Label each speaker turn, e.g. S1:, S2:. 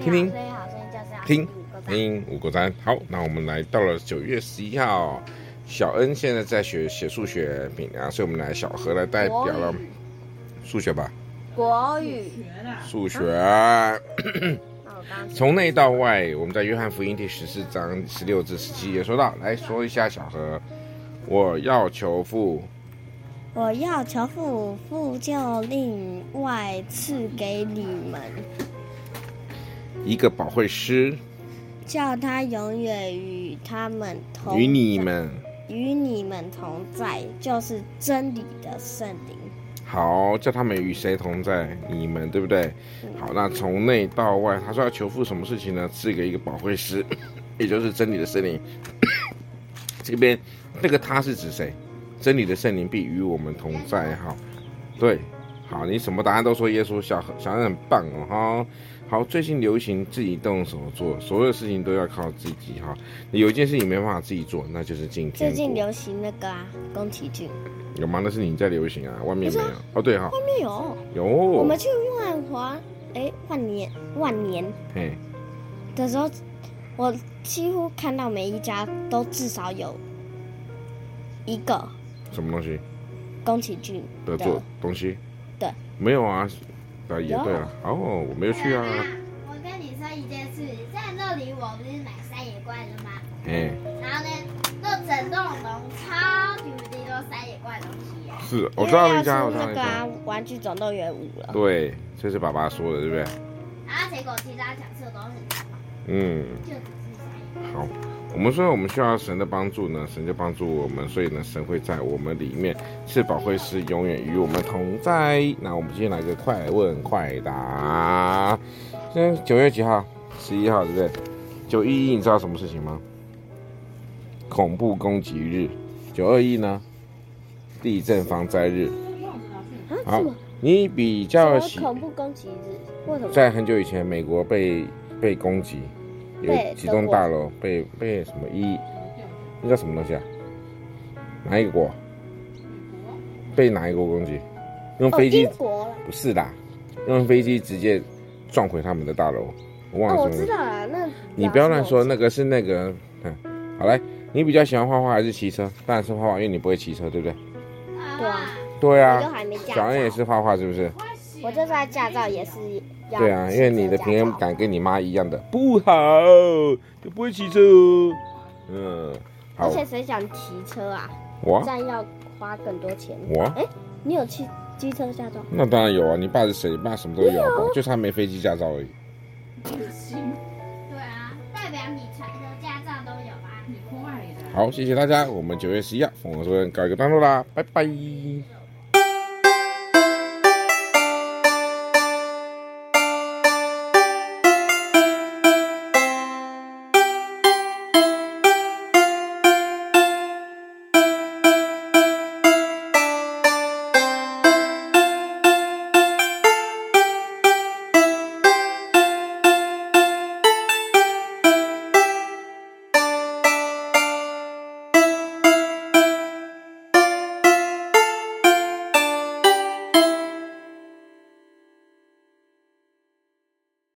S1: 听听
S2: 声音好，声音就是要
S1: 听
S2: 五个赞
S1: 听五个赞。好，那我们来到了九月十一号，小恩现在在学写数学饼啊，所以我们来小何来代表了
S2: 国语
S1: 数学吧，
S2: 国语。
S1: 数学。
S2: 那我刚刚
S1: 从内到外，我们在约翰福音第十四章十六至十七节说到，来说一下小何，我要求父，
S3: 我要求父，父就另外赐给你们，
S1: 一个保惠师
S3: 叫他永远与他们同
S1: 与你们。
S3: 与你们同在，就是真理的圣灵。
S1: 好，叫他们与谁同在？你们对不对？
S3: 嗯
S1: 好，那从内到外，他说要求父什么事情呢？赐给一个保惠师， 也就是真理的圣灵。 这边那个他是指谁？真理的圣灵必与我们同在。哈，对，好，你什么答案都说耶稣，小小孩很棒哦。哈，好，最近流行自己动手做，所有事情都要靠自己。哈，你有一件事情没办法自己做，那就是进
S3: 最
S1: 天国。
S3: 近流行那个啊，宫崎骏。
S1: 有吗？那是你在流行啊，外面没有。哦，对哈、
S3: 外面有，
S1: 有。
S3: 我们去万华，哎，万年万年
S1: 嘿。
S3: 的时候，我几乎看到每一家都至少有一个
S1: 什么东西
S3: 宫崎骏
S1: 的做东西？
S3: 对，
S1: 没有啊，啊也
S3: 有
S1: 对啊，哦，我没有去啊，
S2: 我跟你说一件事，在那里我不是买山野怪的吗？
S1: 哎，
S3: 啊
S2: 然后呢，那整栋楼超级无敌多山野怪的东西耶。
S1: 是，
S3: 因
S1: 我
S3: 为
S1: 知道
S3: 要
S1: 那家，
S3: 出
S1: 我
S3: 啊那
S1: 知道那
S3: 个啊
S1: 家，
S3: 《玩具总动员五》了。
S1: 对，这是爸爸说的，对不对？
S2: 然后结果其他讲课都很大，
S1: 嗯，
S2: 就只是山野怪。
S1: 好，我们说我们需要神的帮助呢，神就帮助我们，所以呢，神会在我们里面，是保惠师永远与我们同在。那我们今天来个快问快答，现在九月几号？十一号，对不对？九一一，你知道什么事情吗？恐怖攻击日。九二一呢？地震防灾日。
S3: 啊，
S1: 好
S3: 什么？，
S1: 你比
S3: 什
S1: 较
S3: 么
S1: 喜
S3: 恐怖攻击日？为什么？
S1: 在很久以前，美国被被攻击，有
S3: 被
S1: 几栋大楼被被什么一，那叫什么东西啊？哪一个国？被哪一个国攻击？用
S3: 哦，
S1: 飞机
S3: 英？国了。
S1: 不是啦，用飞机直接撞毁他们的大楼。我忘
S3: 哦，我
S1: 了什
S3: 知
S1: 么。
S3: 道了。那
S1: 你不要乱说，那个是那个。嗯，好来，你比较喜欢画画还是骑车？当然是画画，因为你不会骑车，对不对？
S3: 对啊，
S1: 对
S3: 我都
S1: 啊，
S3: 还没驾
S1: 小
S3: 照。
S1: 恩也是画画，是不是？
S3: 我这次驾照也是要。
S1: 对啊，因为你的平衡。感跟你妈一样的不好，就不会骑车哦。嗯，
S3: 而
S1: 好，
S3: 且谁想骑车啊？
S1: 我
S3: 这样要花更多钱。
S1: 我
S3: 哎，你有骑机车驾照？
S1: 那当然有啊，你爸是谁？你爸什么都有，好不好就差没飞机驾照而已。
S2: 对啊，代表你传的驾照都有吧？
S1: 好，谢谢大家，我们九月十一号《疯狂说》告一个段落啦，拜拜。